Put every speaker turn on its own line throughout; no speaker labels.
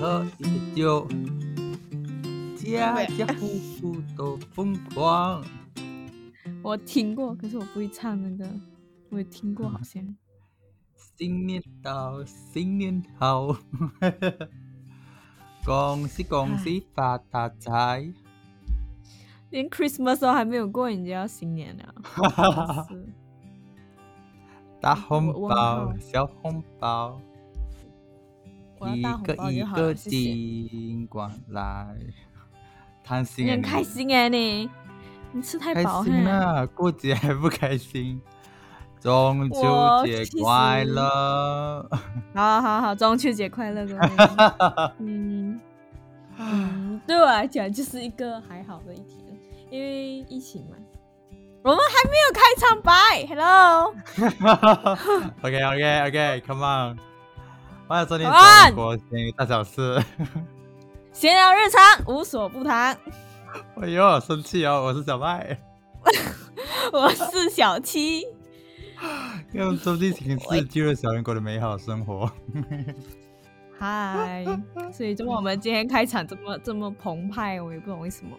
喝一杯酒，家家户户都疯狂。
我听过，可是我不会唱那个，我也听
啊
过好像。
新年到，新年好，恭喜恭喜发大财！
连 Christmas 都还没有过，你就要新 年了。真是
大红
我我很
包
好，
小红包，
我要
一
大红
个
包
一
就好
个
了，谢谢。
金管来。贪心
你
啊
很
你，
开心哎、你，你吃太
开
饱
心
哈。
啊！过节还不开心？中秋
我
节
其
快
实
乐！
好好好，中秋节 快乐，各位。嗯嗯，对我来讲就是一个还好的一天，因为疫情嘛。我们还没有开场白，Hello，
OK OK OK，Come、on，欢迎收听
Come on
中国闲语大小事。
闲聊日常，无所不谈。
哎呦，生气哦！我是小麦，
我是小七，
用周记形式记录小人国的美好生活。
嗨。所以，就我们今天开场这么这么澎湃，我也不懂为什么。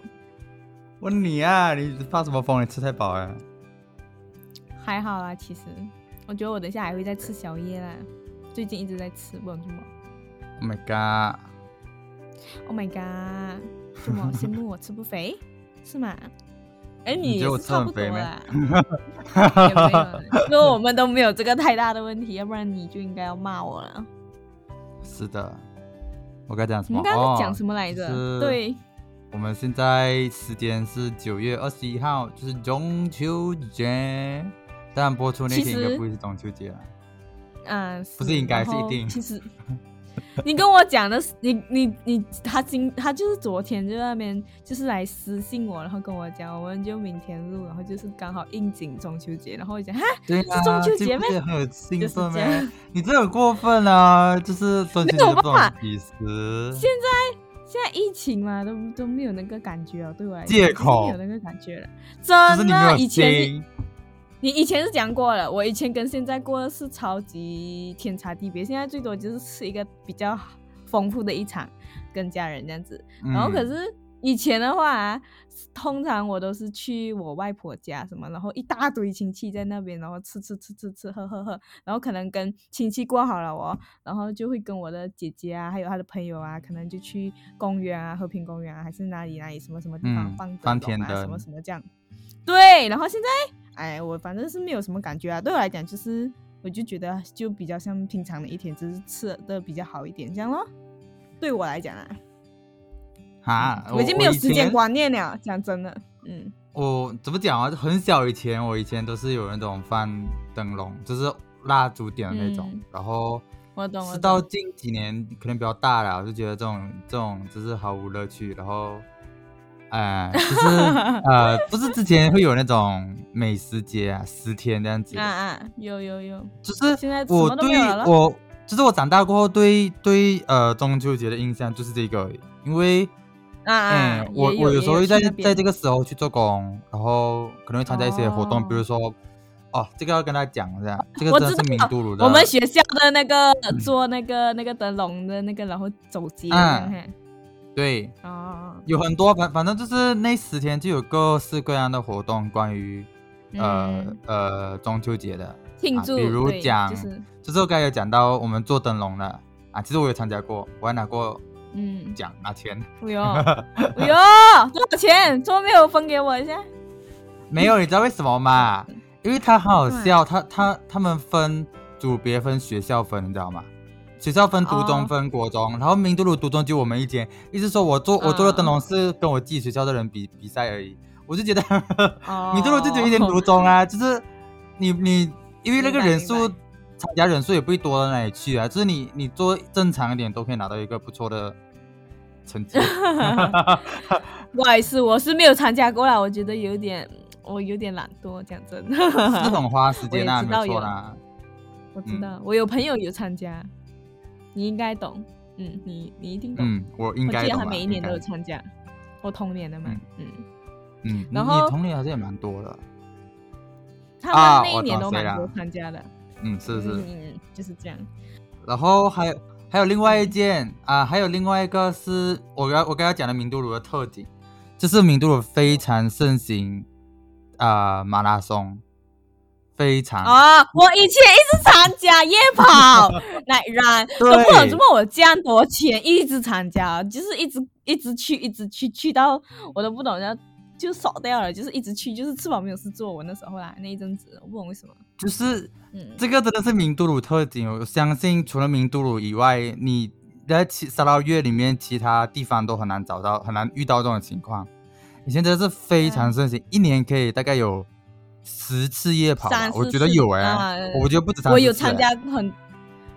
问你啊，你发什么疯？你吃太饱啊？
还好啦，其实我觉得我等一下还会再吃宵夜啦，最近一直在吃，不懂什么。
Oh my god！
Oh my god！这么羡慕我吃不肥，是吗？哎，
你觉
你也
得我
是
吃
差
很
不多
肥没
啦， 也没有啦，因为我们都没有这个太大的问题，要不然你就应该要骂我了。
是的，我该讲什
我
么？
们刚刚在
哦
讲什么来着？
就是
对，
我们现在时间是九月二十一号，就是中秋节。当然播出那
其
天应该
实
不会是中秋节了。
嗯、
不是应该
然
是一
后
定
其实你跟我讲的是，你你你，他今他就是昨天就在那边就是来私信我，然后跟我讲，我们就明天录，然后就是刚好应景中秋节，然后我就讲哈，
对啊
是中秋节咩
这不是很兴奋
就是这
咩
样？
你这很过分啊！就是中秋节都
那怎
不
么
懂
办啊
几时，
现在现在疫情嘛，都都没有那个感觉了，对我来讲
借
就是
口
没有那个感觉了，
就是
真
你没
的，
有
以前是
听。
你以前是讲过了，我以前跟现在过的是超级天差地别，现在最多就是吃一个比较丰富的一场，跟家人这样子。然后可
嗯
是以前的话、啊，通常我都是去我外婆家什么，然后一大堆亲戚在那边，然后吃吃吃吃吃喝喝喝，然后可能跟亲戚过好了哦，然后就会跟我的姐姐啊，还有她的朋友啊，可能就去公园啊，和平公园啊，还是哪里哪里什么什么地
嗯
方放
放
灯笼
天
啊，什么
灯
什么这样。对，然后现在，哎，我反正是没有什么感觉啊，对我来讲就是。我就觉得就比较像平常的一天，只是吃的比较好一点这样咯。对我来讲啊，
啊，
我已经没有时
以前
间观念了，讲真的，嗯，
我怎么讲啊？很小以前，我以前都是有那种放灯笼，就是蜡烛点的那种。
嗯
然后
我懂，我
是到
懂，
近几年可能比较大了，我就觉得这种这种就是毫无乐趣。然后，哎、就是 呃，不是之前会有那种美食节啊，十天这样子的
啊啊，有有有，
就是
现在什
我
么都
对
没有了咯
我，就是我长大过后对对呃中秋节的印象就是这个而已，因为
啊
嗯、
啊，
我
也
我有时候会在在这个
个，
时候去做工，然后可能会参加一些活动，
哦
比如说哦，这个要跟大家讲一下，这个
我
真
知
的是明
道
都鲁的，
我们学校的那个
嗯
做那个那个灯笼的那个，然后走街这样
嗯
嘿，
对
哦，
有很多反反正就是那十天就有各式各样的活动，关于呃、
嗯
呃中秋节的，
庆祝，
啊比如
对
讲
就是，
就是我刚才有讲到我们做灯笼的啊，其实我有参加过，我还拿过
嗯，
奖拿钱。
哎呦， 哎呦，多少钱？怎么没有分给 我一下？
没有，你知道为什么吗？因为他很好
嗯
笑，他他他们分组别分学校分，你知道吗？学校分读中
哦嗯
分国中，然后明都鲁读中就我们一间，意思说我做我做的灯笼是跟我自己学校的人比比赛而已，我就觉得
哦，
明都鲁就只有一间读中 啊，就是你你因为那个
明白
人数
明白
参加人数也不会多到哪里去啊，就是你你做正常一点都可以拿到一个不错的成 绩。
不好意思，我是没有参加过啦，我觉得有点，我有点懒惰，讲真的，
是很花时间啊，
我也知
没有
道
错
有
啦。
我
嗯
知道，我有朋友有参加，你应该懂，嗯，你你一定懂。
嗯，我应
我
该
记得
懂
他
啦
每一
应
年都
该
有参加，我童年的嘛，嗯，
嗯，
然
你
后
你同龄好像也蛮多的。啊
他们那
我
一年
懂
都
谁
蛮
啦
多参加的，
嗯，是是。
嗯，就是这样。
然后还有还有另外一件啊、还有另外一个是我刚我刚才讲的明都鲁的特点，就是明都鲁非常盛行啊、马拉松，非常、
哦，我以前一直参加夜 跑，来然都不懂
对
怎么我这样多钱一直参加，就是一直一直去，一直去，去到我都不懂，然后就少掉了，就是一直去，就是吃饱没有事做。我那时候啦，那一阵子我不懂为什么，
就是
嗯，
这个真的是明都鲁特点，我相信除了明都鲁以外，你在其沙捞越里面其他地方都很难找到，很难遇到这种情况。以前真的是非常盛
嗯
行，一年可以大概有十次夜跑吧
三，
我
四
觉得
次
有哎、
啊
我觉得不止三
我
四
有
次
参
欸
加很，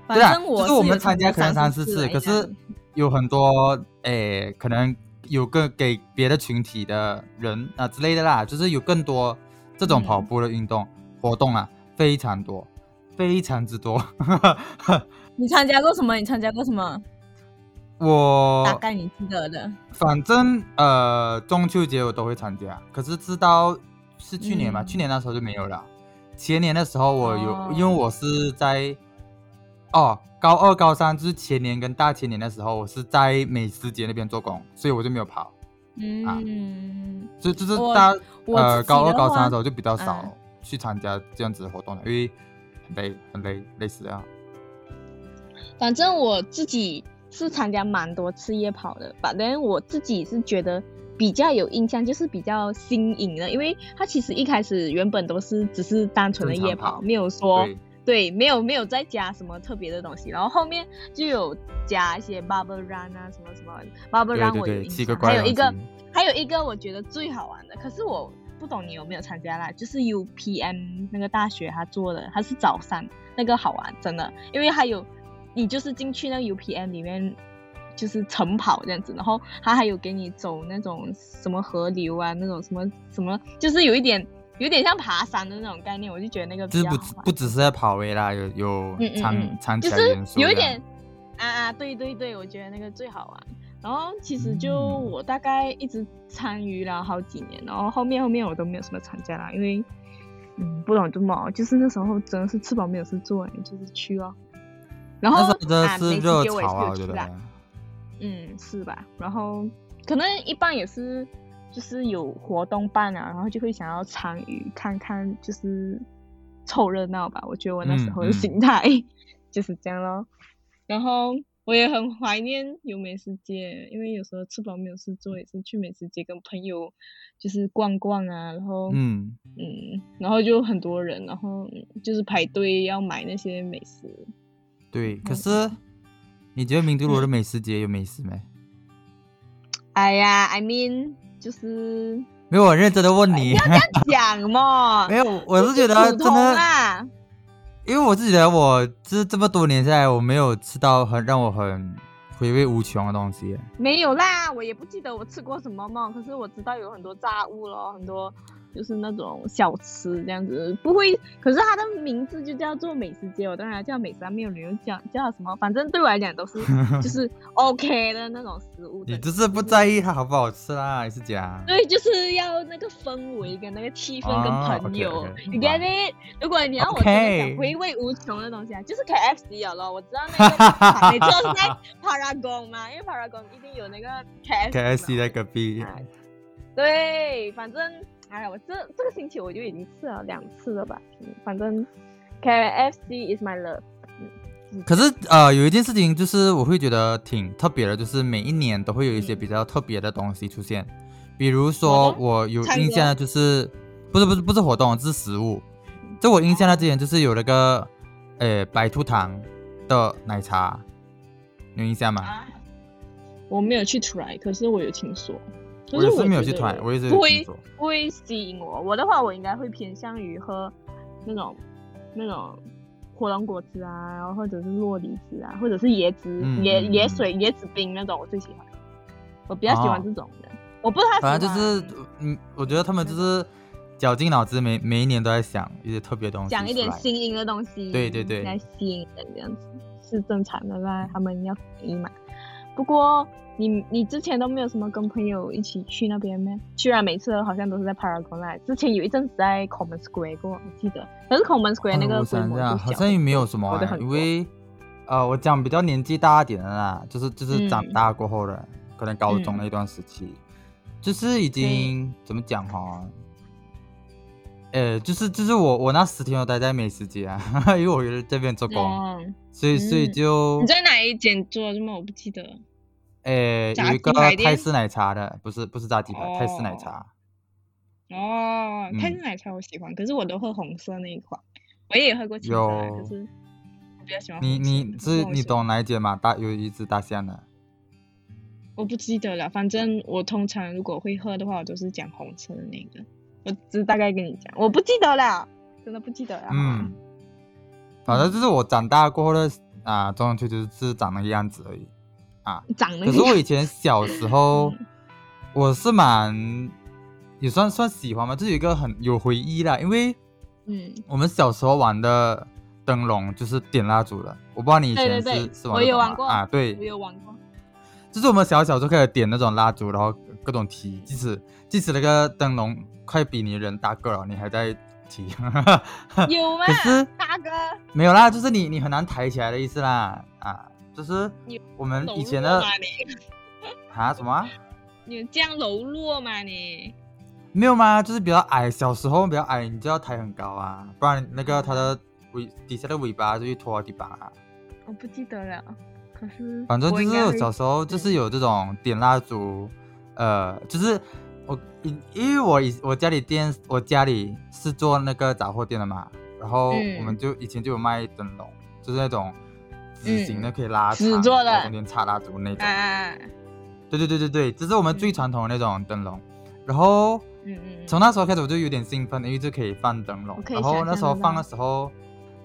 反
对啊，
正我
就是我
是有
们参加可能
三
三四
次
次，
啊
啦，
可
应该
是有很多诶，可能有个给别的群体的人啊之类的啦，就是有更多这种跑
嗯
步的运动、活动啊，非常多，非常之多。
你参加过什么？你参加过什么？大
我
概你记得的，
反正呃中秋节我都会参加，可是直到是去年吧，
嗯
去年那时候就没有了。前年的时候我有，
哦
因为我是在哦高二高三，就是前年跟大前年的时候，我是在美食节那边做工，所以我就没有跑。
嗯，
就就是
我
大
我自
啊呃
己
高二
的
高三
话
的时候就比较少
嗯
去参加这样子的活动了，因为很累很累累死了。
反正我自己是参加蛮多次夜跑的，反正我自己是觉得比较有印象，就是比较新颖的，因为它其实一开始原本都是只是单纯的
正常
夜跑，
跑
没有说
对，
对，没有没有再加什么特别的东西，然后后面就有加一些 bubble run 啊，什么什么 bubble
对
run
对
我有
对
印
奇
象，
怪嗯的
还有一
东
个
西
还有一个我觉得最好玩的，可是我不懂你有没有参加啦，就是 UPM 那个大学他做的，他是早上那个好玩，真的，因为他有你就是进去那个 UPM 里面。就是晨跑这样子，然后他还有给你走那种什么河流啊，那种什么什么，就是有一点有点像爬山的那种概念，我就觉得那个比
就是
较
不
好
只
玩
不只是在跑位啦，有有
嗯嗯嗯
参参
就
加
是
元素
有一
这样
点啊啊，对对对，我觉得那个最好玩。然后其实就
嗯
我大概一直参与了好几年，然后后面后面我都没有什么参加啦，因为嗯不懂这么，就是那时候真的是吃饱没有事做，就是去哦。然
那时
后
候真的
啊，
是
美食
热
街我也
潮
是
啊，
有哦
我觉
去
得
啦，嗯是吧？然后可能一般也是就是有活动办啊，然后就会想要参与看看，就是凑热闹吧。我觉得我那时
嗯
候的
嗯
心态、 就是这样咯。然后我也很怀念有美食街，因为有时候吃饱没有事做，也是去美食街跟朋友就是逛逛啊，然后
嗯，
嗯然后就很多人，然后嗯就是排队要买那些美 食。
对。可
嗯
是你觉得明都罗的美食节有美食没？
哎呀，I mean 就是
没有，我认真的问你。
哎 讲嘛，
没有，我
就是
觉得
普
真
通啊
的，
啦。
因为我是觉得我这这么多年下来，我没有吃到很让我很回味无穷的东西。
没有啦，我也不记得我吃过什么嘛，可是我知道有很多炸物咯，很多就是那种小吃这样子，不会。可是它的名字就叫做美食街，我当然叫美食啊，没有理由叫叫它什么，反正对我来讲 都是就是 OK 的那种食物。
你就是不在意它好不好吃啦，你是讲？
嗯对，就是要那个氛围跟那个气氛
啊
跟朋友、
，OK，OK，
y o u get it？如果你要我真的想
OK
回味无穷的东西啊，就是 KFC 有了，我知道那个每次都是在 Paragon 嘛，因为 Paragon 一定有那个 KFC 嘛。
KFC 在隔壁，
哎对，反正哎呀，我这这个星期我就已经吃了两次了吧，嗯反正 KFC is my love。
可是呃，有一件事情就是我会觉得挺特别的，就是每一年都会有一些
嗯
比较特别的东西出现，比如说
活动
我有
餐
印象的就是，不是不是不是活动，是食物。就我印象的之前就是有那个，呃，白兔糖的奶茶，你有印象吗？
啊，我没有去 try，可是我有听说。可
我也是没有
觉
去
得
try，我也是有
不
听
会
说
不会吸引我。我的话，我应该会偏向于喝那种那种火龙果汁啊，然后或者是洛梨汁啊，或者是椰子、
嗯
椰
嗯
椰
嗯
水、椰子冰那种，我最喜欢。我比较喜欢
哦
这种的，我不太
反
喜欢。啊
正就是，嗯，我觉得他们就是绞尽脑汁每，每一年都在想一些特别东西出来，
讲一点新颖的东西，
对对对
来吸引人这样子是正常的啦，他们要统一嘛。不过你你之前都没有什么跟朋友一起去那边咩？虽然每次好像都是在 Paragon 啦，之前有一阵子在 Common Square 过，我记得，可是 Common Square 那
哦
个
我
规
想一
模
下，
就
好
小
像也没有
很
什么
多
哎、
的很
因
多
为呃，我讲比较年纪大一点的啦，就是就是长
嗯
大过后的，可能高中
嗯
那段时期，就是已经怎么讲哈、呃，就是就是我我那十天我待在美食街啊， 因为我在这边做工，
哦，
所以所以
嗯
就
你在哪一间做的吗？我不记得。
呃
炸
有一
鸡
个
排
泰
店
式奶茶的，不是不是炸鸡排，泰式奶
哦
茶。
哦，
嗯
泰式奶茶我喜欢，可是我都喝红色那一款。我也喝过青茶啦，
有
可是我比较喜欢
你
红色的
你
不知
是
道为
你
什么
懂哪一间吗？大有一只大象的，
我不记得了，反正我通常如果会喝的话，我都是讲红色的那个。我只是大概跟你讲，我不记得了，真的不记得了。
嗯，反正就是我长大过后的啊，中中秋就是长那个样子而已啊。
长得
可是我以前小时 候，我是蛮也算算喜欢吧，就是有一个很有回忆啦。因为
嗯，
我们小时候玩的灯笼就是点蜡烛的，我不知道你以前
对
是
对对
是，
我
这
有
种
玩
吗
过
啊，对
我，有玩过。
就是我们小小就开始点那种蜡烛，然后各种提，即使即使那个灯笼快比你人大个了，你还在提。
有啊吗
可是？
大哥，
没有啦，就是你你很难抬起来的意思啦啊，就是
你
我们
柔
以前
弱
的
吗你？
啊什么啊、
你有这样柔弱吗你？
没有吗？就是比较矮，小时候比较矮，你就要抬很高啊，不然那
哦
个它的尾底下的尾巴就会拖到地板啊。
我不记得了，可是
反正
我应
就
该
是
会
小时候就是有这种点蜡烛，呃，就是我因因为我以我家里店我家里是做那个杂货店的嘛，然后
嗯
我们就以前就有卖灯笼，就是那种纸型的
嗯
可以拉
纸
长
做
然后
的
中间插蜡烛那种。
啊，
对对对对对，这是我们最
嗯
传统的那种灯笼。然后
嗯嗯，
从那时候开始，我就有点兴奋，因为就可以放灯笼
我。可以
然后
想
那
象
时候
得
放
到
的时候，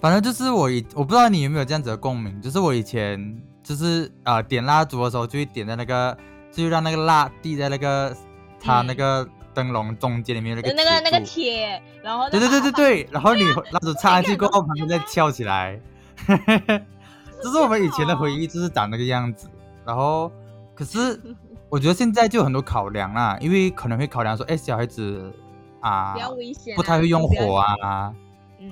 反正就是我以我不知道你有没有这样子的共鸣，就是我以前就是啊、呃点蜡烛的时候，就会点在那个，就让那个蜡滴在那个它那
嗯呃
个灯笼中间里面那个
那个那个
柱
铁，然后再
对对对对对，
把
然后你蜡烛插进去过后，
那个
旁边再翘起 来。这是我们以前的回忆，就是长那个样子。然后，可 是我觉得现在就有很多考量啦，因为可能会考量说，哎，小孩子啊
比，较危险啊，
不太会用
比较
火，啊，
嗯，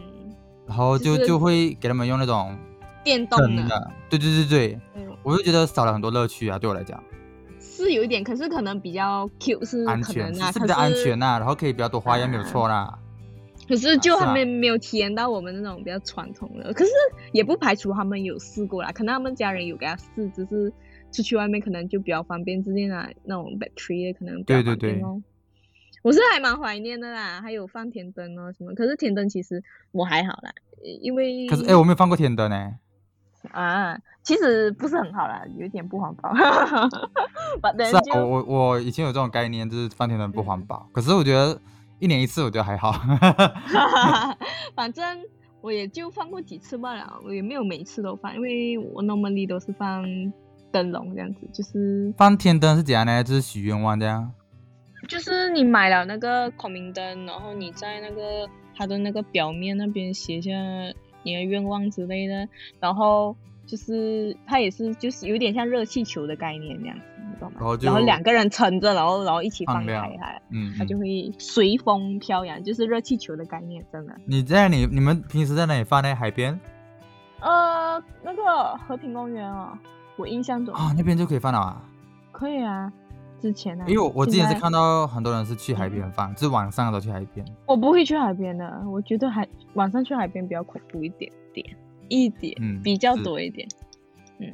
然后就
就是
就会给他们用那种
电动
灯
的，
的。对对对对，
嗯，
我就觉得少了很多乐趣啊，对我来讲，
是有一点，可是可能比较 cute 是
安
可
全
能
是
啊，
是
可
比较安全呐、然后可以比较多花样，没有
啊
错啦。
可是就
啊是啊
他们没有体验到我们那种比较传统的，可是也不排除他们有试过啦，可能他们家人有给他试，只是出去外面可能就比较方便，之前啊那种 battery 可能比较
对对
方便咯。我是还蛮怀念的啦，还有放天灯哦什么，可是天灯其实我还好啦，因为
可是哎，我没有放过天灯呢、
啊，其实不是很好啦，有点不环保。 把灯
是啊，我
就
我我以前有这种概念，就是放天灯不
嗯
环保。可是我觉得一年一次，我觉得还好。
反正我也就放过几次罢了，我也没有每次都放，因为我 normally 都是放灯笼这样子，就是
放天灯是怎样呢？就是许愿望这样。
就是你买了那个孔明灯，然后你在那个它的那个表面那边写下你的愿望之类的，然后就是它也是就是有点像热气球的概念那样子，你懂吗？
然后哦就
两个人撑着，然后然后一起
放
放
亮
开它，
嗯，
它就
嗯
会随风飘扬，就是热气球的概念，真的。
你在你你们平时在哪里放呢？海边
呃，那个和平公园哦，我印象中、
啊、那边就可以放了啊。
可以啊，之前啊，
因为我我之前是
现在嗯
看到很多人是去海边放，就是晚上的时候去海边。
我不会去海边的，我觉得海晚上去海边比较恐怖一点点，一点、
嗯
比较
是
多一点，嗯，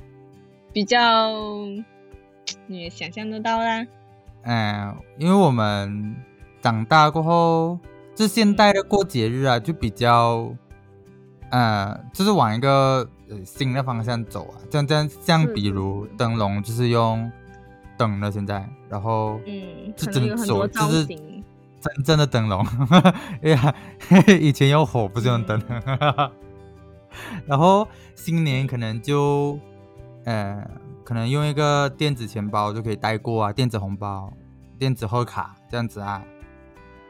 比较你也想象得到啦，
嗯，因为我们长大过后，就现代的过节日啊，就比较，呃，就是往一个呃新的方向走啊。像像像
是
比
是
如
是
灯笼，就是用灯的现在，然后
嗯，
是
可能有
真
很
手
多
就
造
是
型，
真正的灯笼，哎呀，以前用火不是用灯， 然后新年可能就，呃，可能用一个电子钱包就可以带过啊，电子红包、电子贺卡这样子啊。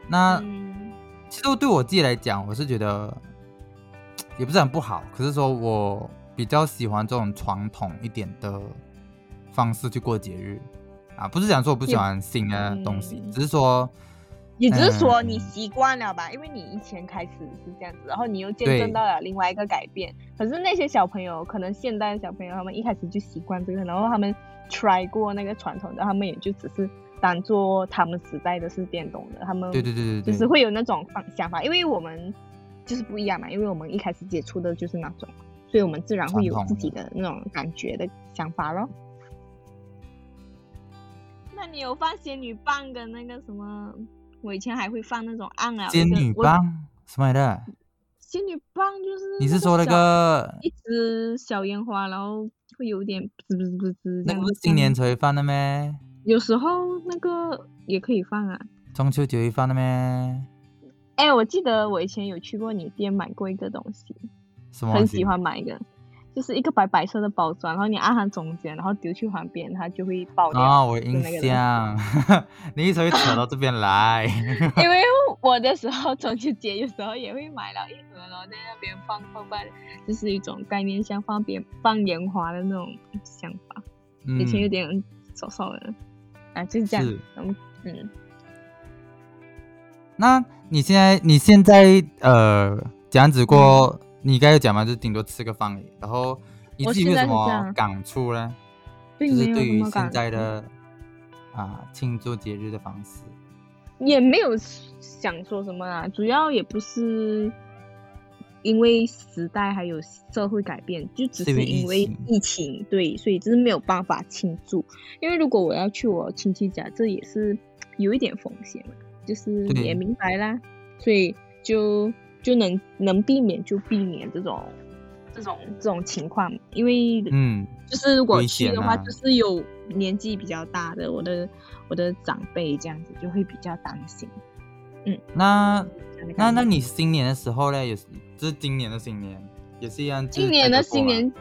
那、
嗯
其实对我自己来讲，我是觉得也不是很不好，可是说我比较喜欢这种传统一点的方式去过节日啊，不是讲说我不喜欢新的东西，
嗯
只是说
也只是说
嗯
你习惯了吧，因为你以前开始是这样子，然后你又见
对
证到了另外一个改变。可是那些小朋友，可能现代的小朋友，他们一开始就习惯这个，然后他们 try 过那个传统的，他们也就只是当做他们时代的是电动的，他们
对对对
就
对
是
对，
会有那种方想法，因为我们就是不一样嘛，因为我们一开始接触的就是那种，所以我们自然会有
传统
自己的那种感觉的想法咯。那你有放仙女棒跟那个什么？我以前还会放那种按啊，
仙
我就嗯
女，
我
棒什么来的？
仙女棒就是
你是说那
小
个
一只小烟花，然后会有点滋滋滋滋这
那
样
个不
子放。
是新年才会放的咩？
有时候那个也可以放啊。
中秋节会放的咩？
哎，我记得我以前有去过你店买过一个东西，
什么？
很喜。欢买一个，就是一个白白色的包装，然后你按它中间，然后丢去旁边，它就会爆掉。
啊、我有
就
印
那个东西
象， 你一直会扯到这边 来。
因为我的时候中秋节有时候也会买了一盒，然后在那边放放放，就是一种概念，像放鞭放烟花的那种想法。
嗯，
以前有点少少的，啊，就是这样
是。
嗯嗯，
那你现在你现在呃这样子过，你你刚才讲嘛，就顶多吃个饭而已。然后你
嗯我
自己有
现在
什
是这
么
样
感触呢？就
并没
是
有
对
那
于
么
现
感
在
动
的啊庆祝节日的方式，
也没有想说什么啦，主要也不是因为时代还有社会改变，就只
是因为疫
是因为
情
疫情，对，所以就是没有办法庆祝。因为如果我要去我亲戚家，这也是有一点风险嘛，就是
对
也明白啦，所以就就能能避免就避免这种这种这种情况，因为
嗯，
就是如果
危
去
险
的话，
啊
就是有年纪比较大的我的我的长辈这样子就会比较担心。
那
这样的
那
感觉
那你新年的时候呢，也是就是今年的新年也是一样，
今年的新年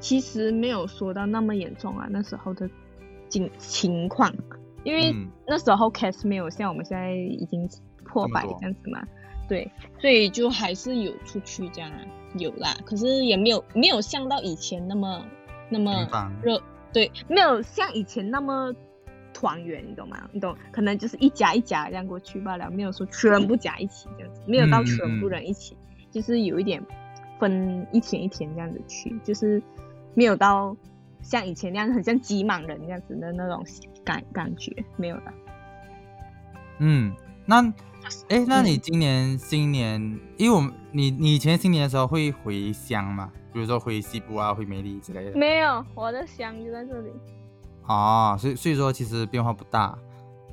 其实没有说到那么严重啊，那时候的情情况，因为
嗯
那时候 case 没有像我们现在已经破百
这么多
这样子嘛，对，所以就还是有出去这样啊，有啦，可是也没有没有像到以前那么那么
频繁
热，对，没有像以前那么。团圆，你懂吗？你懂，可能就是一家一家这样过去罢了，没有说全部家一起这样子，没有到
嗯嗯
全部
嗯
人一起。就是有一点分一天一天这样子去，就是没有到像以前那样很像挤满人这样子的那种感感觉，没有了。
嗯，那
嗯
哎，那你今年新年，因为我们你你以前新年的时候会回乡嘛，比如说回西部啊，回梅里之类的。
没有，我的香就在这里。
哦，所以所以说其实变化不大。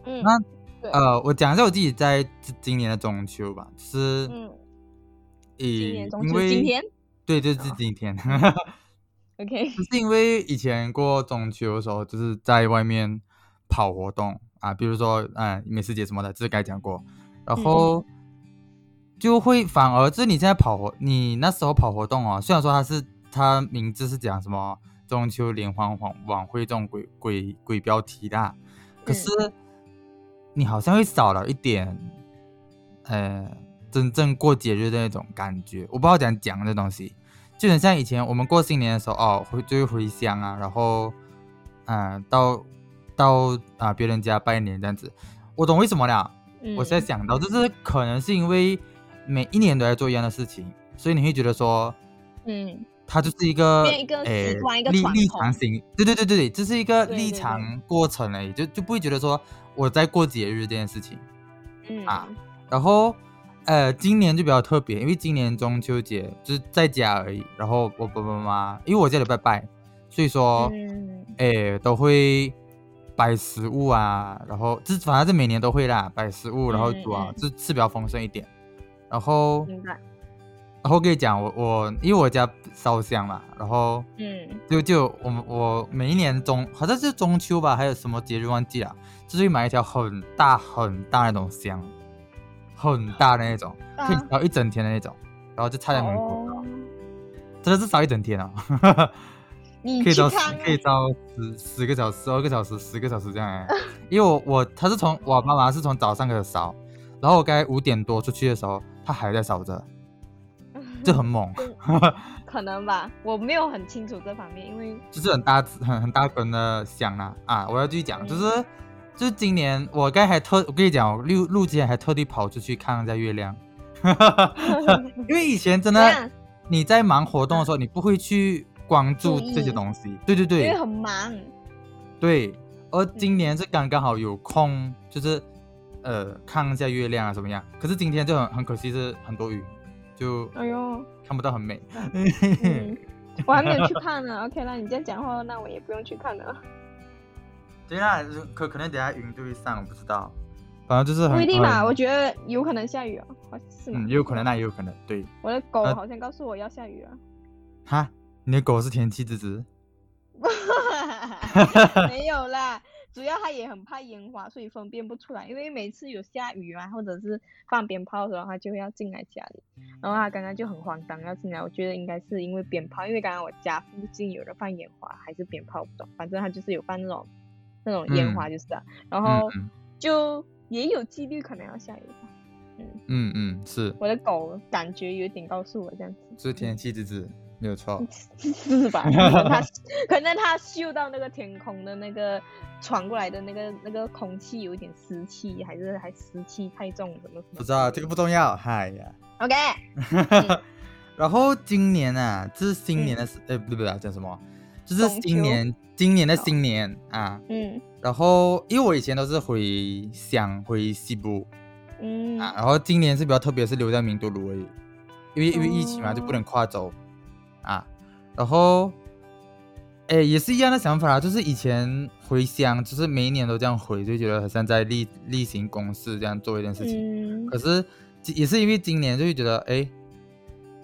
嗯
那
对
呃，我讲一下我自己在这今年的中秋吧，就是
嗯，今
以
年中
因
秋
为
今天嗯
对，就是今天，
，OK，
就是因为以前过中秋的时候，就是在外面跑活动啊，比如说嗯美食节什么的，这是该讲过，然
嗯
后就会反而就是你现在跑活，你那时候跑活动哦，虽然说它是它名字是讲什么中秋联欢晚晚会这种鬼鬼鬼标题的啊，可
嗯
是你好像会少了一点，呃，真正过节日的那种感觉，我不知道怎样讲这东西。就很像以前我们过新年的时候，哦，回就会回乡啊，然后，嗯、到到啊、别人家拜年这样子。我懂为什么了，
嗯
我现在想到就是可能是因为每一年都在做一样的事情，所以你会觉得说
嗯
它就是一个
变一个
诶
习惯一个
立
传
立
统
场型，对对对对对，这是一个
对
立
对对
场过程而已，就就不会觉得说我在过节日这件事情。
嗯
啊然后，呃，今年就比较特别，因为今年中秋节就是在家而已。然后我爸爸妈妈，因为我家里拜拜，所以说，
嗯
哎、都会摆食物啊，然后这反正是每年都会啦，摆食物，然后煮啊
嗯嗯，
就吃比较丰盛一点。然后，
明白，
然后跟你讲，我我因为我家烧香嘛，然后
嗯
就就我们我每一年中好像是中秋吧，还有什么节日忘记了，就是会买一条很大很大那种香，很大的那种，
啊
可以烧一整天的那种，然后就插在门口，
哦，
真的是烧一整 天哦，
你
可以
去
烧十
看
可以烧十十个小时、十二个小时、十个小时这样哎，因为我我他是从我妈妈是从早上开始烧，然后我该五点多出去的时候，她还在烧着，就 很猛，
可能吧，我没有很清楚这方面，因为嗯
就是很大很很大根的香啊啊！我要继续讲，就是就是今年我刚才还特，我跟你讲，我录录之前还特地跑出去看了一下月 亮，因为以前真
这
的
样，
你在忙活动的时候，你不会去关注
注意
这些东西，对对
因为
对
很忙，
对。而今年是刚刚好有
嗯
空，就是呃看一下月亮啊怎么样？可是今天就很很可惜是很多雨，就
哎呦，
看不到很美。
嗯，我还没有去看呢。OK，那你这样讲话，那我也不用去看了。
对啦，可可能等下云就会散，我不知道。反正就是很
不一 定嘛，
很
我觉得有可能下雨哦，好像是吗
嗯，也有可能，那也有可能。对，
我的狗
呃
好像告诉我要下雨了。啊
哈，你的狗是天气之子，
没有啦，主要它也很怕烟花，所以分辨不出来。因为每次有下雨啊，或者是放鞭炮的时候，它就会要进来家里。然后它刚刚就很慌张要啊进来，我觉得应该是因为鞭炮，因为刚刚我家附近有人放烟花还是鞭炮，不懂，反正它就是有放那种那种烟花就是了。
嗯
然后
嗯
就也有几率可能要下雨吧。
嗯嗯，是
我的狗感觉有点告诉我这样子。
是天气之子，没有错。
嗯是吧？可能他可能他嗅到那个天空的那个传过来的那个那个空气有一点湿气，还是还湿气太重，什么什么？
不知道这个不重要，嗨呀。
OK，嗯
然后今年啊，这是新年的时，呃、不对不对，叫什么？就是
中
新
秋哦
年，今年的新年啊。
嗯
然后因为我以前都是回乡回西部
嗯
啊，然后今年是比较特别，是留在明都鲁而已，因为因为疫情嘛，就不能跨州啊。然后，哎，也是一样的想法啊，就是以前回乡，就是每一年都这样回，就觉得好像在例例行公事这样做一件事情。
嗯
可是今也是因为今年就会觉得，哎，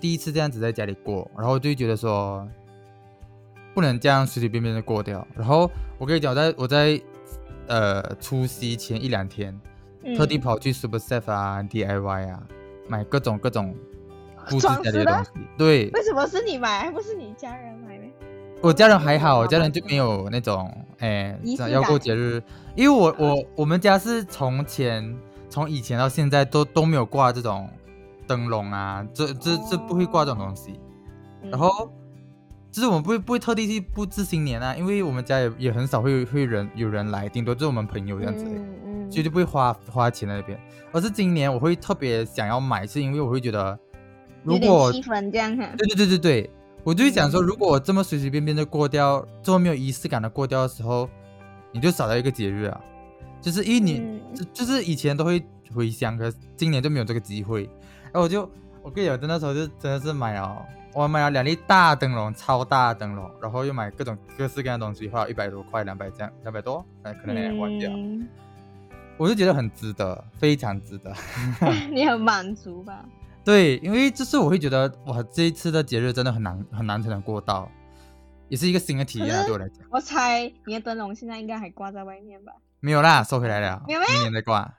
第一次这样子在家里过，然后就会觉得说，不能这样随随便便的过掉。然后我跟你讲，我在我在呃除夕前一两天，
嗯
特地跑去 Super Chef 啊、DIY 啊，买各种各种布置
装
家
饰
里的
的
东西。对，
为什么是你买，还不是你家人买呢？
我家人还好，
妈妈
我家人就没有那种哎
仪式感
要过节日，因为我我我们家是从前从以前到现在都都没有挂这种灯笼啊，这这这不会挂这种东西。
哦嗯
然后就是我们不会不会特地去布置新年啊，因为我们家也也很少会有会有人有人来，顶多就是我们朋友这样子而已。
嗯嗯，
所以就不会花花钱在那边。而是今年我会特别想要买，是因为我会觉得，如
有点
果
气氛这样哈。
对对对对对，我就会想说，
嗯
如果我这么随随便便的过掉，这么没有仪式感的过掉的时候，你就少了一个节日啊。就是因为你、
嗯
就就是以前都会回乡，可是今年就没有这个机会。然后我就我跟你讲，真的时候就真的是买了，我买了两粒大灯笼，超大的灯笼，然后又买各种各式各样的东西，花了一百多块，两百这样，两百多，呃，可能两百块这样。
嗯，
我就觉得很值得，非常值得。
你很满足吧？
对，因为就是我会觉得哇，这一次的节日真的很难很难才能过到，也是一个新的体验啊，
可是
对我来讲。
我猜你的灯笼现在应该还挂在外面吧？
没有啦，收回来了，
没有咩
明年再啊挂，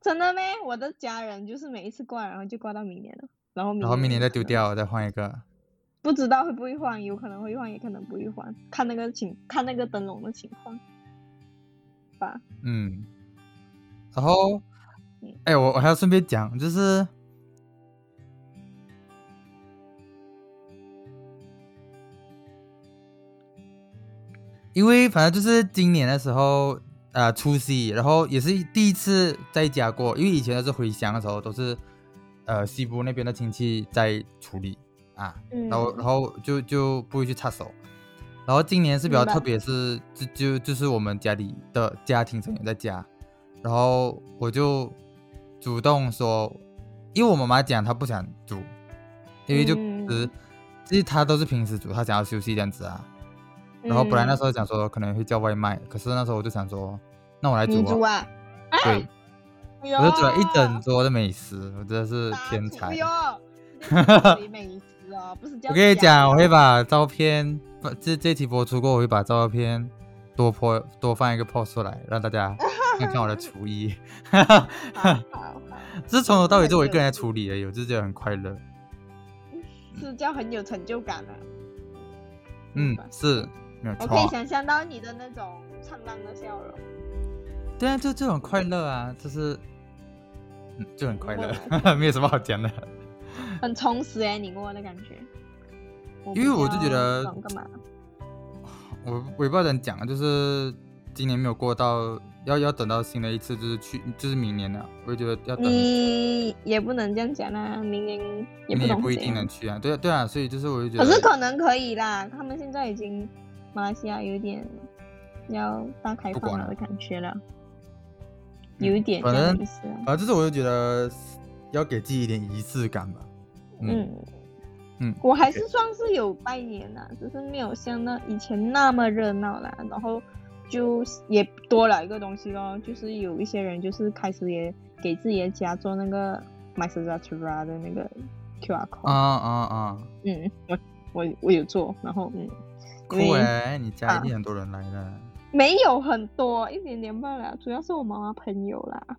真的咩？我的家人就是每一次挂，然后就挂到明年了，然后明
然后明年再
可
丢
能
掉，再换一个。
不知道会不会换，有可能会换，也可能不会换，看那个情，看那个灯笼的情况吧。
嗯，然后
嗯，
哎，我我还要顺便讲，就是因为反正就是今年的时候，呃，除夕，然后也是第一次在家过，因为以前都是回乡的时候都是，呃，西部那边的亲戚在处理啊，
嗯
然后然后就就不会去插手。然后今年是比较
明白
特别是，就就就是我们家里的家庭成员在家，然后我就主动说，因为我妈妈讲她不想煮，因为就
嗯
平时其实她都是平时煮，她想要休息这样子啊。
嗯
然后本来那时候想说可能会叫外卖，可是那时候我就想说，那我来
嗯你
煮
煮
吧。
啊，
对，
哎呦
我就煮了一整桌的美食，我真的是
大
天
厨哎
才。
呦，你在家里美食哦， 不是叫
我跟你
家
讲，
人
我会把照片，不这这期播出过，我会把照片多播多放一个 post 出来，让大家看看我的厨 艺。
好好好
这从头到尾就我一个人在处理而已，我就觉得很快乐。
是叫很有成就感的、啊
嗯
明白，
是没有
我可以
错。
想象到你的那种灿烂的笑容。
对啊，就这种快乐啊，就是，嗯，就很快
明
乐，没有什么好讲的。
很充实哎、你给我的感觉。
因为我就觉得
懂干嘛？
我我也不知道怎么讲啊，就是今年没有过到，要要等到新的一次，就是去就是明年了，我就觉得要等。
嗯
你也不能这样讲啦，
啊
明年也
你
不
也
懂
不一
谁
定。能去啊，对啊对啊，所以就是我就觉
可
得，
是可能可以啦，他们现在已经马来西亚有点要大开
不
放
管
了
了
的感觉了，
嗯
有一点这
反
样
正
的意思啊。
啊，就是我就觉得要给自己一点仪式感吧。嗯
嗯
嗯
我还是算是有拜年啦，只是没有像那以前那么热闹啦。然后就也多了一个东西咯，就是有一些人就是开始也给自己的家做那个 My s a z a r a 的那个 QR code。
啊啊啊！
嗯，我我我有做，然后嗯，因
酷
为
哎、你家一定很多人来的。
没有很多，一点点罢了，主要是我妈妈朋友啦，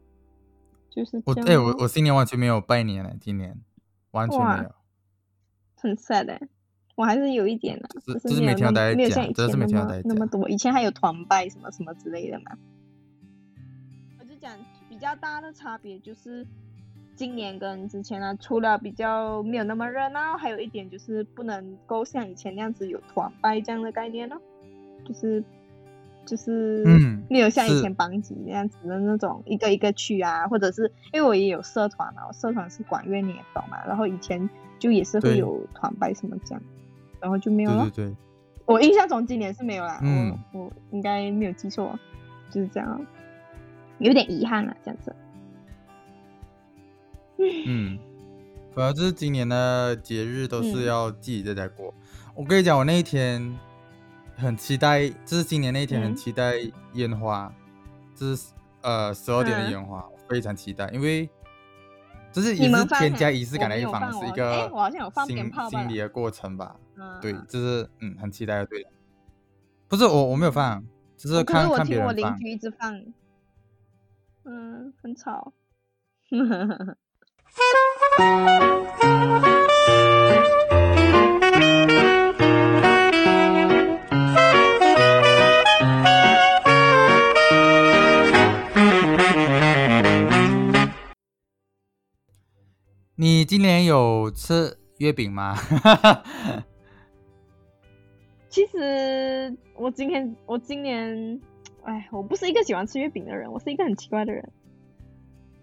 就是
我
这样
哎、我
咯
我新年完全没有拜年了，今年完全
哇
没有，
很 sad 哎、我还是有一点啦，
就是
是
就是
没有
每天
那
都
么
在
没有
家
像以
真的是
前
每
那
天都在
么那么
家
多，以前还有团拜什么什么之类的嘛。我就讲比较大的差别就是今年跟之前呢，除了比较没有那么热闹，还有一点就是不能够像以前那样子有团拜这样的概念咯，就是就是
嗯
没有像以
是
前班级那样子的那种一个一个去啊，或者是因为我也有社团嘛，我社团是管乐你也懂嘛，然后以前就也是会
对
有团拜什么这样，然后就没有
对
了。
对对，
我印象中今年是没有啦，
嗯
我我应该没有记错，就是这样，有点遗憾啦，这样子。
嗯，主要就是今年的节日都
嗯
是要自己在家过。我跟你讲，我那一天很期待，就是今年那一天
嗯
很期待烟花，就是呃十二点
嗯
的烟花，我非常期待，因为就是
你
也
们
是
放
添
哈
加仪式
我
感的
没
一
有
方
放，
是一
我哎
个
我好像有放鞭
心
炮吧
心理的过程吧。
嗯，
对，就是嗯，很期待的，对的。不是我我没有放，就是
哦可是
看
我
看别
听我
人
邻
放。
居一直放，嗯，很吵。
你今年有吃月饼吗？
其实我今天我今年，哎，我不是一个喜欢吃月饼的人，我是一个很奇怪的人，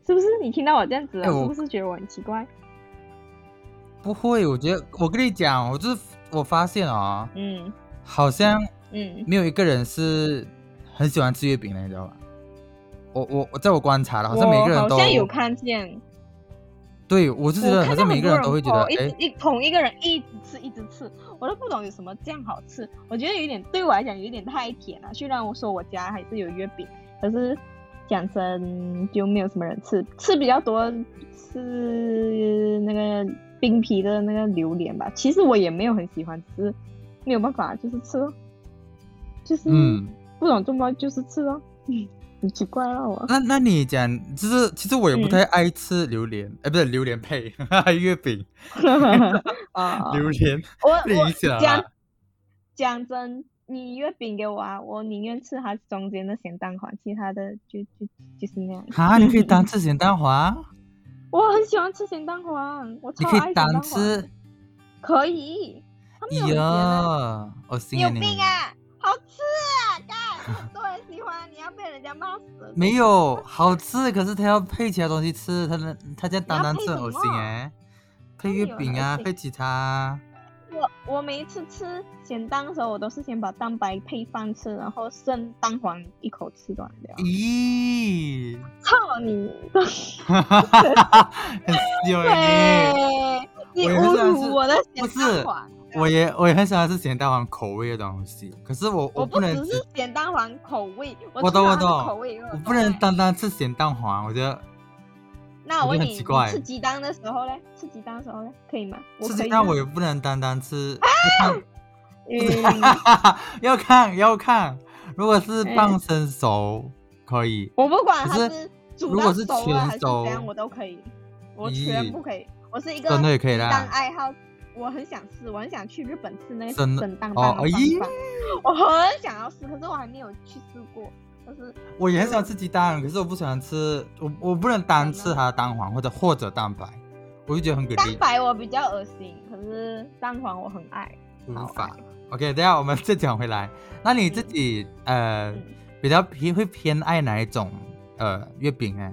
是不是？你听到我这样子了，
哎
是
我
不是觉得我很奇怪？
不会，我觉得我跟你讲，我就是我发现啊、
嗯
好像
嗯，
没有一个人是很喜欢吃月饼的，你知道吧？我我我在我观察了，好像每个人
我
都
好像有看见，
对我就觉
我
得好
看到
像
很
每个
多
人都会觉得
哦一直
哎，
一同一个人一直吃一直吃，我都不懂有什么酱好吃。我觉得有点对我来讲有点太甜了。虽然我说我家还是有月饼，可是讲真就没有什么人吃，吃比较多是那个冰皮的那个榴莲吧。其实我也没有很喜欢，只是没有办法，就是吃咯，就是、
嗯，
不懂这么就是吃咯， 嗯，很奇怪啊 我。
那那你讲，就是其实我也不
嗯
太爱吃榴莲，哎、不是榴莲配 月饼，
啊
榴莲
我
理解
我
啦
讲讲真，你月饼给我啊，我宁愿吃它中间的咸蛋黄，其他的就就就是那样。
哈，你可以单吃咸蛋黄，
我很喜欢吃咸蛋黄，我
你
超
可
爱
以
咸蛋
单
黄。
吃，
可以，它没有咸啊
呀，恶
你
心
有
啊你！
病啊！好吃啊，干！很多人喜欢，你要被人家骂死。
没有好吃，可是它要配其他东西吃，它能它这样单单
你
吃
要
很
配
恶
什
心
么
哎、
那
配
你
月
有
饼
恶
啊，
心
配其他啊，
我我每一次吃咸蛋的时候，我都是先把蛋白配饭吃，然后剩蛋黄一口吃完掉。
咦，
操你！
哈哈哈哈，很丢人耶！
对，你
我也是
侮
算是
辱我的
不
咸
是
蛋黄。
我也我也很喜欢吃咸蛋黄口味的东西，可是我
我
不
不
能
只
吃
是，咸蛋黄口味，
我懂
知道
我
它的
懂
口味也有
我
口
不能
味
单单吃咸蛋黄，我觉得
那我
我觉
问
得
你，
很
你
奇怪
吃鸡蛋的时候嘞？吃鸡蛋的时候嘞，可以吗？我
吃
可以
咸
吗。
蛋我也不能单单吃，
嗯，
要看要看，如果是
哎
半生熟可以，
我不管
可
它
是
是煮
如
到
果是
熟了还是
全熟
怎样，我都可以，我全
咦
部可以。我是一个
真哦的也可以
鸡蛋
啦。
爱好，我很想试，我很想去日本吃那个
真的
生蛋
哦
拌
咦
饭，我很想要试，可是我还没有去试过，就是
我也很喜欢吃鸡蛋，可是我不喜欢吃，我我不能单
真的
吃它的蛋黄或者或者蛋白，我就觉得很给
蛋
力，
白我比较恶心，可是蛋黄我很爱。
无
好啊
法。OK，等一下我们再讲回来，那你自己、呃
嗯
比较偏会偏爱哪一种呃月饼呢？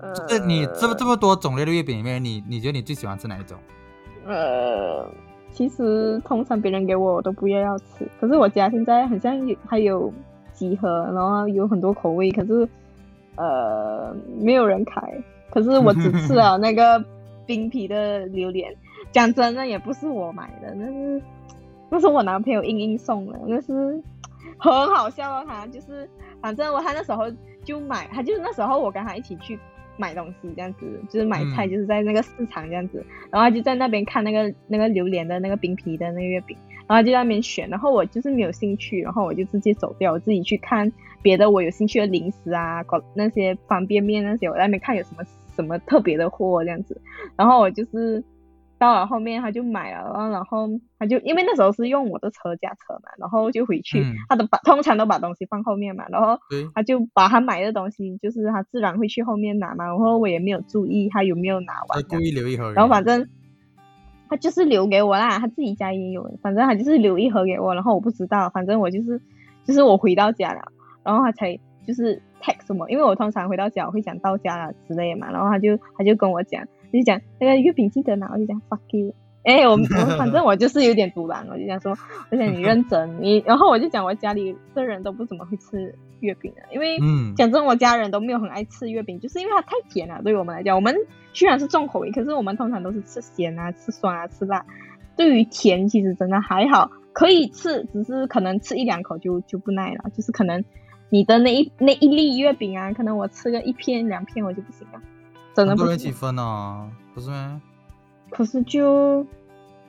呃，
就是你这么这么多种类的月饼里面，你你觉得你最喜欢吃哪一种？
呃，其实通常别人给我我都不要要吃，可是我家现在好像有还有几盒，然后有很多口味，可是呃没有人开，可是我只吃了那个冰皮的榴莲。讲真的，也不是我买的，那是那是我男朋友硬硬送的，那是很好笑哦。他就是反正我他那时候就买，他就是那时候我跟他一起去买东西这样子，就是买菜，
嗯
就是在那个市场这样子。然后他就在那边看那个那个榴莲的那个冰皮的那个月饼，然后他就在那边选，然后我就是没有兴趣，然后我就直接走掉，我自己去看别的我有兴趣的零食啊，搞那些方便面那些，我在那边看有什么什么特别的货这样子，然后我就是。到了后面他就买了，然后然后他就因为那时候是用我的车驾车嘛，然后就回去，
嗯
他都把通常都把东西放后面嘛，然后
对，
他就把他买的东西，就是他自然会去后面拿嘛，然后我也没有注意他有没有拿
他
完这
故
样，
意留一盒给你，
然后反正他就是留给我啦，他自己家也有，反正他就是留一盒给我，然后我不知道，反正我就是就是我回到家了，然后他才就是 text 我，因为我通常回到家我会讲到家了之类嘛，然后他就他就跟我讲，他就讲那个月饼记得拿，我就讲 fuck you。哎、我我反正我就是有点独狼，我就讲说，我讲你认真，你然后我就讲我家里的人都不怎么会吃月饼的，因为
嗯
讲真，我家人都没有很爱吃月饼，就是因为它太甜了。对于我们来讲，我们虽然是重口味，可是我们通常都是吃咸啊、吃酸啊、吃辣。对于甜，其实真的还好，可以吃，只是可能吃一两口就就不耐了。就是可能你的那一那一粒月饼啊，可能我吃个一片两片我就不行了，真的
很
不
多人
行
起。分哦，不是吗？
可是就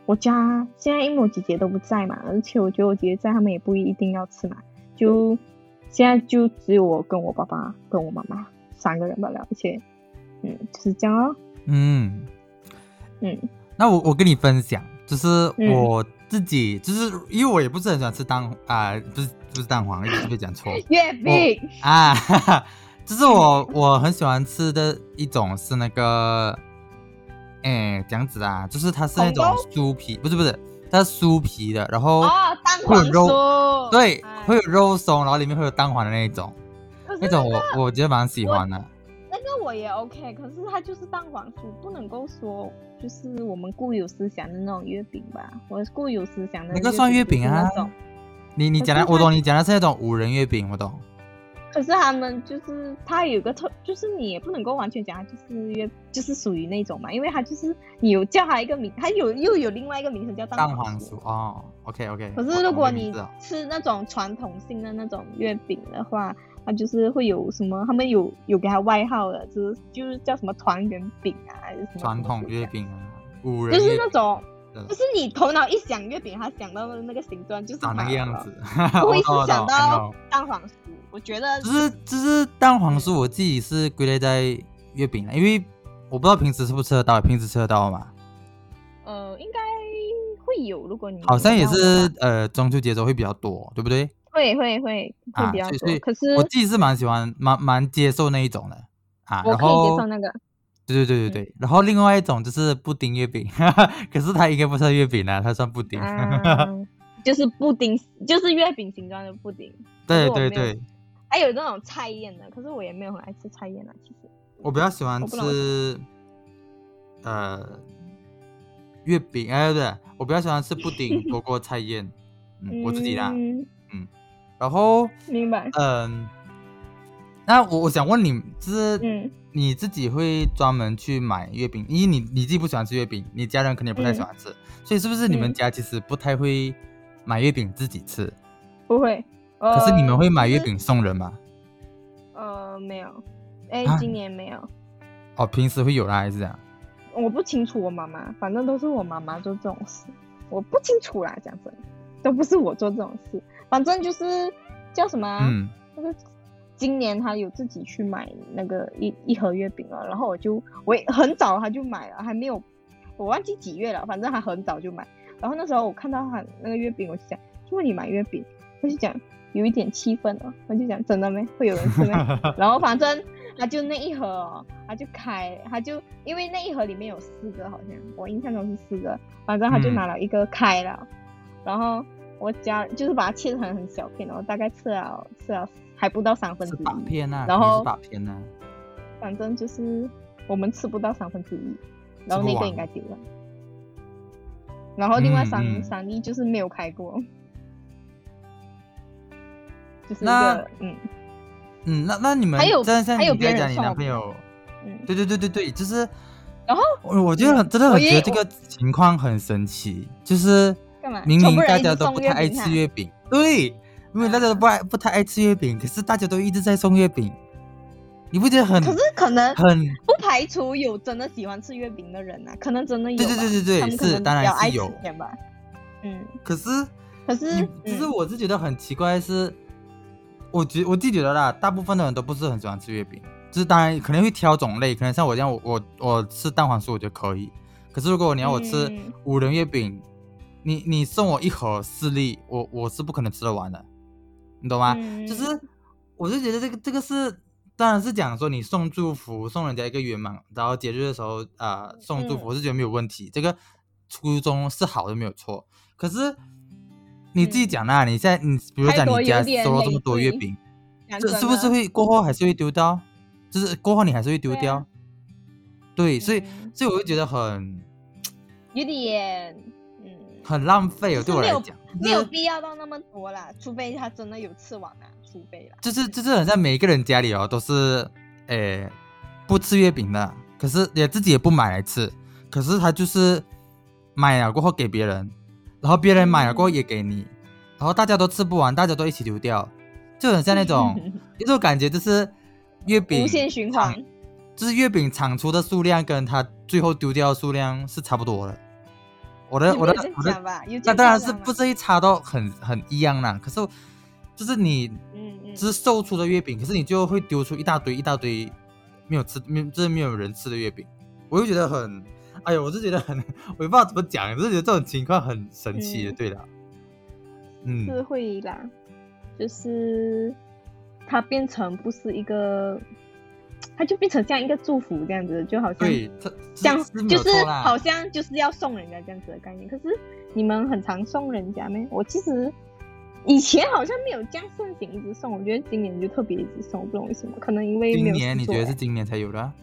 我家现在因为我姐姐都不在嘛，而且我觉得我姐姐在，他们也不一定要吃嘛，就现在就只有我跟我爸爸跟我妈妈三个人罢了，而且嗯就是这样哦，
嗯，
嗯
那我我跟你分享，就是
嗯
我自己，就是因为我也不是很喜欢吃蛋啊、不是不是蛋黄，一直被讲 错
月饼
啊， 哈哈，就是我我很喜欢吃的一种是那个，哎，这样子啊，就是它是那种
红
酥皮，不是不是，它是酥皮的，然后、
哦，蛋
会
黄
有肉
酥，
对
哎，
会有肉松，然后里面会有蛋黄的那一种，
可是
那种我我觉得蛮喜欢的。
那个我也 OK，可是它就是蛋黄酥，不能够说就是我们固有思想的那种月饼吧，我固有思想的
那个算月
饼
饼啊
就是那种。
你你
可
讲的
是
我
它
懂，你讲的是那种五仁月饼，我懂。
可是他们就是它有个特，就是你也不能够完全讲它就是约，就是属于那种嘛，因为它就是你有叫它一个名，它有又有另外一个名称叫蛋
蛋黄
酥。
酥哦，OK OK。
可是如果你吃那种传统性的那种月饼的话，它就是会有什么，他们有有给它外号的，就是就是叫什么团圆饼啊，还是什么
传统月
饼，
饼啊，五仁
就是
月
那
饼
种。
对
就是你头脑一想月饼，它想到的那个形状就是
长那个
它
样
了
子，
不
我
会是
懂我
想
懂我
到
懂
蛋黄酥。我觉得
就是就是蛋黄酥，我自己是归类在月饼了，因为我不知道平时吃不吃得到，平时吃得到嘛，
呃，应该会有，如果你
好像也
有的
是呃中秋节时候会比较多，对不对？
话会会会
啊
会比较
所以
多。
所以
可是
我自己是蛮喜欢，蛮蛮接受那一种的啊。
我
然
可以接
后
受那嗯个，
对对对对对，然后另外一种就是布丁月饼，可是它应该不算月饼啦，它算布丁。
啊就是布丁，就是月饼形状的布丁，
对
可是我没
对
有
对，
还有那种菜宴的，可是我也没有很爱吃菜宴啊，其实。
我比较喜欢
我不懂
吃，呃，月饼，哎，对，我比较喜欢吃布丁 多过菜宴，嗯，我自己啦。
嗯
然后，
明白。
嗯、那我我想问你，就是
嗯，
你自己会专门去买月饼，因为你你自己不喜欢吃月饼，你家人肯定也不太喜
嗯
欢吃，所以是不是你们
嗯
家其实不太会买月饼自己吃？
不会。
可是你们
呃
会买
就
月
是
饼送人吗？
呃，没有。哎
啊，
今年没有。
哦，平时会有啦，还是这
啊
样？
我不清楚我妈妈，反正都是我妈妈做这种事，我不清楚啦，讲真，都不是我做这种事，反正就是叫什么啊、
嗯，
那个今年他有自己去买那个一一盒月饼了，然后我就我也很早他就买了，还没有我忘记几月了，反正他很早就买。然后那时候我看到他那个月饼，我就想，就问你买月饼，他就讲有一点气愤了，我就讲真的没会有人吃没？然后反正他就那一盒、哦，他就开，他就因为那一盒里面有四个，好像我印象中是四个，反正他就
嗯
拿了一个开了，然后我家就是把它切成很小片，然后大概吃了吃了还不到三分
是
之
八
一，
片啊，
然
肯定
后
是八片啊，
反正就是我们吃不到三分之一，然后
吃不
那个
完
应该丢了。然后另外
嗯
三、
嗯
三粒就是没有开过，就是一
那
个嗯
嗯，那那你们
还有
真的像
还有
你
别
在
人
讲你
送
男
我
朋
们
友，
嗯，
对对对对对，就是，
然后
我我就很真的
我
很
也
觉得这
我
个情况很神奇，就是
干嘛
明
全
明
部人
大
一
家
直
都
送
不
月
太爱
饼
吃
啊
月饼，对，因为大家都不爱不太爱吃月饼，可是大家都一直在送月饼，你不觉得很
可是可能
很
不排除有真的喜欢吃月饼的人啊，可能真的有吧。
对对对对
他
对
们可
是
能
当然
比较
是
爱吃
有
点吧。嗯，
可是
可是
你其实
嗯
我是觉得很奇怪的是，我觉我自己觉得啦，大部分的人都不是很喜欢吃月饼，就是当然可能会挑种类，可能像我这样，我我我吃蛋黄酥我觉得可以，可是如果你要我吃
嗯
五仁月饼，你你送我一盒四粒，我我是不可能吃得完的，你懂
嗯
吗？啊就是我就觉得这个这个是。当然是讲说你送祝福，送人家一个圆满，然后节日的时候啊、呃送祝
嗯
福，我是觉得没有问题，这个初衷是好的，没有错。可是你自己讲啦，你现在你比如
开
讲
头
你家
嗯有点
收了这
累
么多月
赘
饼，
讲
这
真
是不
的
是会过后还是会丢掉？就是过后你还是会丢
对啊
掉，对，所以
嗯
所以我就觉得很
有点嗯
很浪费哦，
就是
对我来
没有
讲，
没有必要到那么多啦，除非他真的有吃完啊，除非啦。
就是就是很像每一个人家里哦都是诶不吃月饼的，可是也自己也不买来吃，可是他就是买了过后给别人，然后别人买了过后也给你，然后大家都吃不完，大家都一起丢掉，就很像那种。 有种感觉就是月饼
无限循环
产，就是月饼产出的数量跟它最后丢掉的数量是差不多的。我的
你
我的
不要这样
我
讲
的，
吧，有
那
点
当然
夸
是
张
不
啦
至于差到很很一样啦。可是就是你
嗯嗯，
只是售出的月饼，可是你就会丢出一大堆一大堆没有吃没有就是没有人吃的月饼，我就觉得很。哎呦，我就觉得很， 我也不知道怎么讲，就是觉得这种情况很神奇的。
嗯
对了，嗯，
是会啦，就是它变成不是一个，它就变成像一个祝福这样子，就好像
对，它
像
是是没
就
有
是
错啦
好像就是要送人家这样子的概念。可是你们很常送人家咩？我其实以前好像没有这样盛行一直送，我觉得今年就特别一直送，不知道为什么，可能因为没
今
有
年
事
你
做
觉得是
吧
今年才有的啊、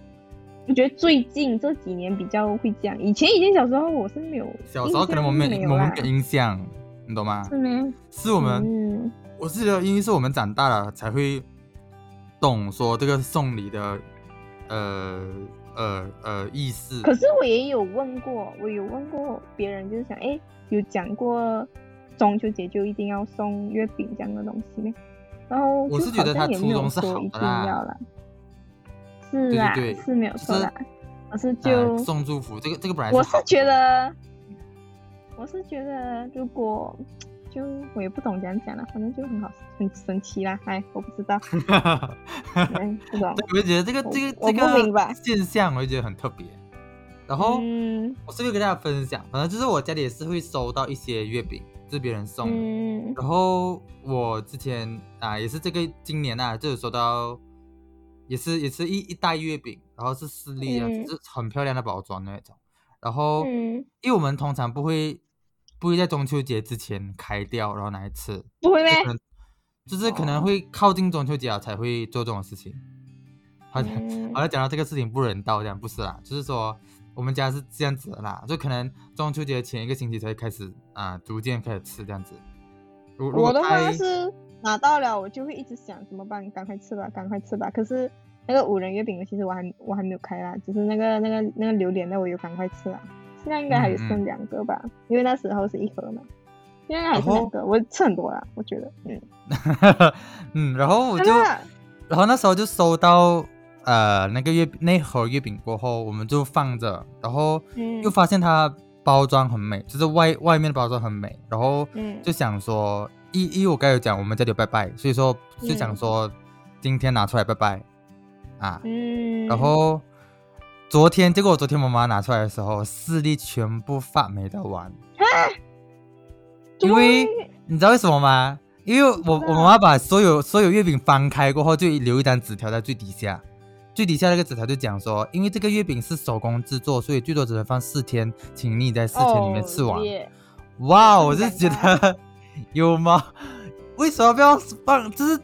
我觉得最近这几年比较会这样，以前以前小时候我是没有，
小时候可能我们
印象是没有
我们
啦
没有印象，你懂吗？
是咩？
是我们，
嗯
我是觉得，因为是我们长大了才会懂说这个送礼的，呃呃呃意思。
可是我也有问过，我有问过别人，就是想，哎，有讲过中秋节就一定要送月饼这样的东西吗？然后
我
就是
觉得
好像
他
也没
初
有
衷是
说
好
一
的
定
啦
要啦，是啦，
对对对
是没有
就
错
是
啦，可是
啊
就、
送祝福，这个这个本来
我
是好
是觉得，我是觉得，如果就我也不懂怎样讲了，反正就很好，很神奇啦。哎，我不知道，
的，
哎，不懂。
对我就觉得这个这个
我我
这
不明
个
白
现象，我就觉得很特别。然后、
嗯
我顺便跟大家分享，反正就是我家里也是会收到一些月饼，就是别人送的。
嗯
然后我之前啊，也是这个今年啊，就有收到，也是也是一一袋月饼，然后是四粒的，
嗯
就是很漂亮的包装的那种。然后，
嗯，
因为我们通常不会不会在中秋节之前开掉，然后拿来吃，
不会
就
咩
可？能就是可能会靠近中秋节啊才会做这种事情。好像
嗯
好像讲到这个事情不人道，这样不是啦，就是说我们家是这样子的啦，就可能中秋节前一个星期才会开始啊、逐渐开始吃这样子。如如果
我的话
开
是拿到了，我就会一直想怎么办，赶快吃吧，赶快吃吧。可是那个五仁月饼，其实我还我还没有开啦，只是那个那个那个榴莲的，我有赶快吃啦。现在应该还有
嗯嗯
剩两个吧，因为那时候是一盒嘛。现在还剩两个，我吃很多啦，我觉得，嗯，
嗯，然后我就
真，的
然后那时候就收到呃那个月那盒月饼过后，我们就放着，然后
嗯
又发现它包装很美，就是外外面的包装很美，然后
嗯
就想说，一一我刚才有讲我们家里有拜拜，所以说就想
嗯
说今天拿出来拜拜啊，
嗯，
然后昨天结果我昨天妈妈拿出来的时候，视力全部发霉的完。
啊
因为你知道为什么吗？因为
嗯
我我妈妈把所有所有月饼翻开过后，就留一张纸条在最底下，最底下那个纸条就讲说，因为这个月饼是手工制作，所以最
哦
多只能放四天，请你在四天里面吃完。
哦耶
哇，
很
我就
尴
觉得有吗？为什么不要放？就是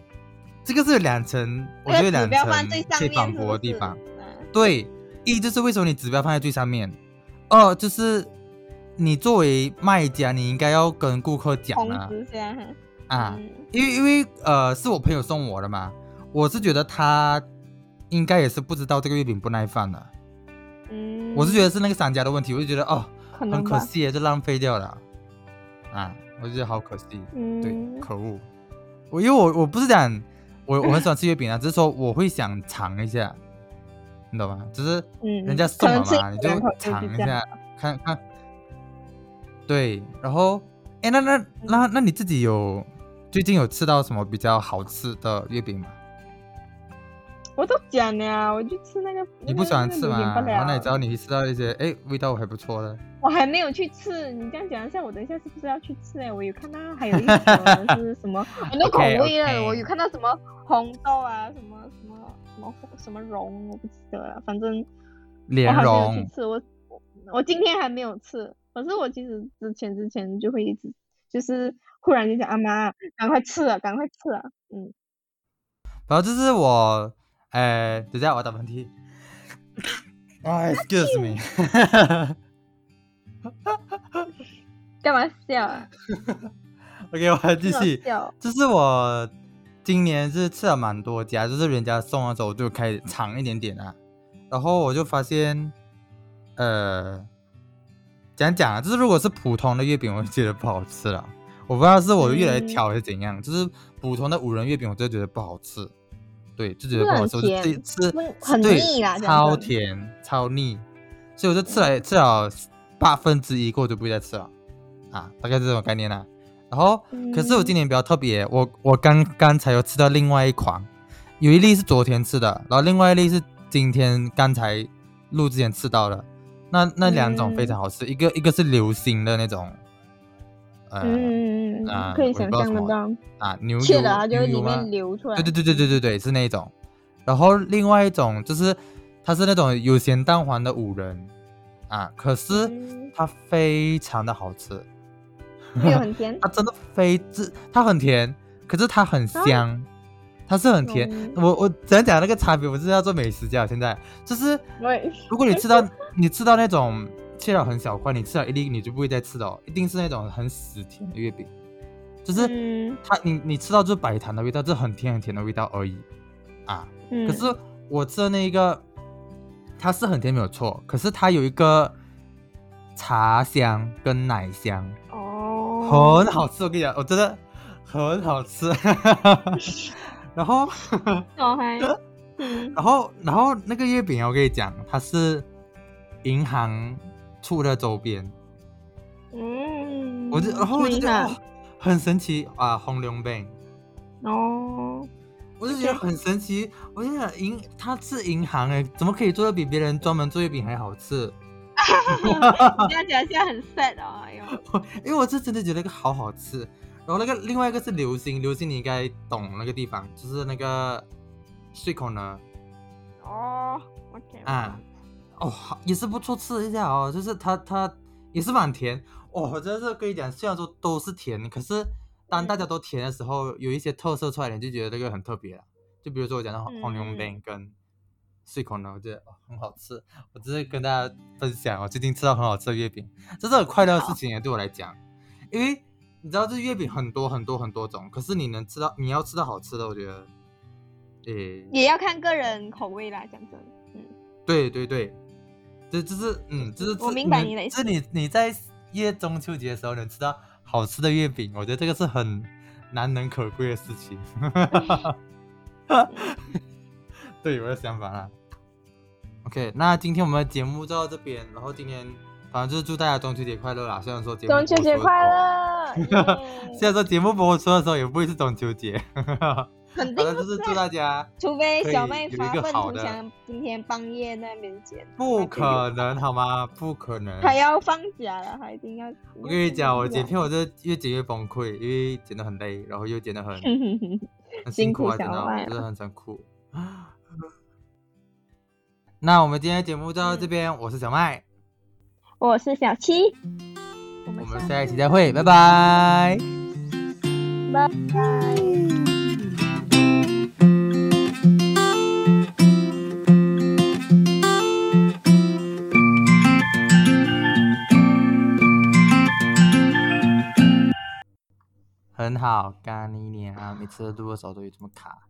这个是有两层，我觉得
这个
两
指标放最
层
上
可以
面
反
是不
驳的地
是
方。
嗯
对，一就是为什么你指标放在最上面，二就是你作为卖家，你应该要跟顾客讲
通
啊
知先哈
啊，
嗯
因为因为呃是我朋友送我的嘛，我是觉得他应该也是不知道这个月饼不耐放的，
嗯，
我是觉得是那个商家的问题，我就觉得哦
可
很
能
可
吧，
惜耶，就浪费掉了啊，我就觉得好可惜。
嗯，
对，可恶！我因为我我不是讲我我很喜欢吃月饼啊，只是说我会想尝一下，你懂吗？只是
嗯，
人家送了
可
嘛，
能
你
吃一
就
两口就
尝
是
一
这样啊
下，看看。对，然后哎，那
嗯
那那那你自己有最近有吃到什么比较好吃的月饼吗？
我都讲了，我就吃那个，
你不喜欢
那
吃
个榴
嘛？
莲不
然后那
了
你知道你吃到一些哎味道还不错的，
我还没有去吃，你这样讲一下，我等一下是不是要去吃、欸？我有看到还有一种是什么 很多口
OK，OK
味的我有看到什么红豆啊，什么什么什么什么蓉，我不记得了，反正我
莲
还没有
蓉
去吃，我我我今天还没有吃，可是我其实之前之前就会一直就是忽然就想啊妈，赶快吃啊，赶快吃啊，嗯，
然后就是我，呃，等一下我打喷 嚏。啊、e x c u s e me 。
干嘛笑啊？
OK，我还继
干嘛
续。
笑，
就是我今年是吃了蛮多家，就是人家送的时候我就开始尝一点点啊，然后我就发现，呃，讲讲啊，就是如果是普通的月饼，我就觉得不好吃了。我不知道是我越来越
嗯
挑还是怎样，就是普通的五仁月饼，我就觉得不好吃，对，就觉得
是
不好
很
吃，我就自己
甜
吃
不很
对
腻啦讲
超
真的
甜超腻，所以我就吃了吃了八分之一过，我就不会再吃了啊，大概是这种概念啦、然后，
嗯
可是我今年比较特别，我我刚刚才有吃到另外一款，有一粒是昨天吃的，然后另外一粒是今天刚才录之前吃到的。那那两种非常好
嗯
吃，一个一个是流心的那种，呃、
嗯嗯嗯
啊
嗯，可
我也
以
不知
想
道
象
什
得
么
到，
啊牛
切
油
了它就
牛
会里
油吗
面流出来，嗯
对对对对对对对，是那一种。然后另外一种就是它是那种有咸蛋黄的五仁啊，可是
嗯
它非常的好吃，
没有很 甜。
它真的非这它很甜，可是它很香，它是很甜。
啊嗯
我我讲讲那个差别，我是要做美食家，现在就是
我也
如果你吃到你吃到那种切了很小块，你吃了一粒你就不会再吃了哦，一定是那种很死甜的月饼，就是。
嗯
它你你吃到就是白糖的味道，这很甜很甜的味道而已啊。
嗯，
可是我吃的那一个，它是很甜没有错，可是它有一个茶香跟奶香，
哦，
很好啊吃。我跟你讲，我真的很好吃。 然后，
小孩，嗯
然后，然后那个月饼啊，我跟你讲，它是银行出的周边，
嗯，
我就然后我就
对
觉得、
啦
哦、很神奇啊，红龙饼。
哦，
我就觉得很神奇，我就想银他是银行哎，怎么可以做的比别人专门做月饼还好吃？啊
你这样讲现在很 sad 啊，哎呦，
因为我是真的觉得那个好好吃。然后那个另外一个是流星，流星你应该懂那个地方，就是那个碎口呢
哦，OK，
啊，哦好也是不错，吃一下哦，就是它它也是蛮甜哦，我真的是跟你讲，虽然说都是甜，可是当
嗯
大家都甜的时候，有一些特色出来，你就觉得这个很特别了。就比如说我讲到
嗯
黄牛饼跟碎口呢，我觉得、哦很好吃。我只是
嗯
跟大家分享，我最近吃到很好吃的月饼，这是很快乐的事情啊也对我来讲，因为你知道这月饼很多很多很多种，可是你能吃到你要吃到好吃的，我觉得，诶、
也要看个人口味啦，讲真，嗯，
对对对，这就是嗯，就是
我
吃
明白
能
你的意
就是你你在夜中秋节的时候能吃到好吃的月饼，我觉得这个是很难能可贵的事 情。对我的想法啦。OK，那今天我们的节目就到这边，然后今天反正就是祝大家中秋节快乐啦！虽然说节目
中
播
秋
出
节
的
快
时候，
乐，耶
虽然说节目播出的时候也不会是中秋节，
肯
反
定
正就
不
是
是
祝
啊，
大家。
除非小妹
可以有一
发
个
愤
好
图
的嗯
强，今天半夜那边剪，
不可能好吗？不可能！
她要放假了，她一定要，
我跟你讲，我剪
今天，
片我就越剪越崩溃，因为剪得很累，然后又剪得 很很辛
辛
苦
苦
啊，剪
小
到
麦
真的很辛苦。那我们今天的节目就到这边，我是小麦，
我是小七，
嗯我们下一期再会，拜拜。
拜拜拜。
很好，干你娘！每次录的时候都有这么卡。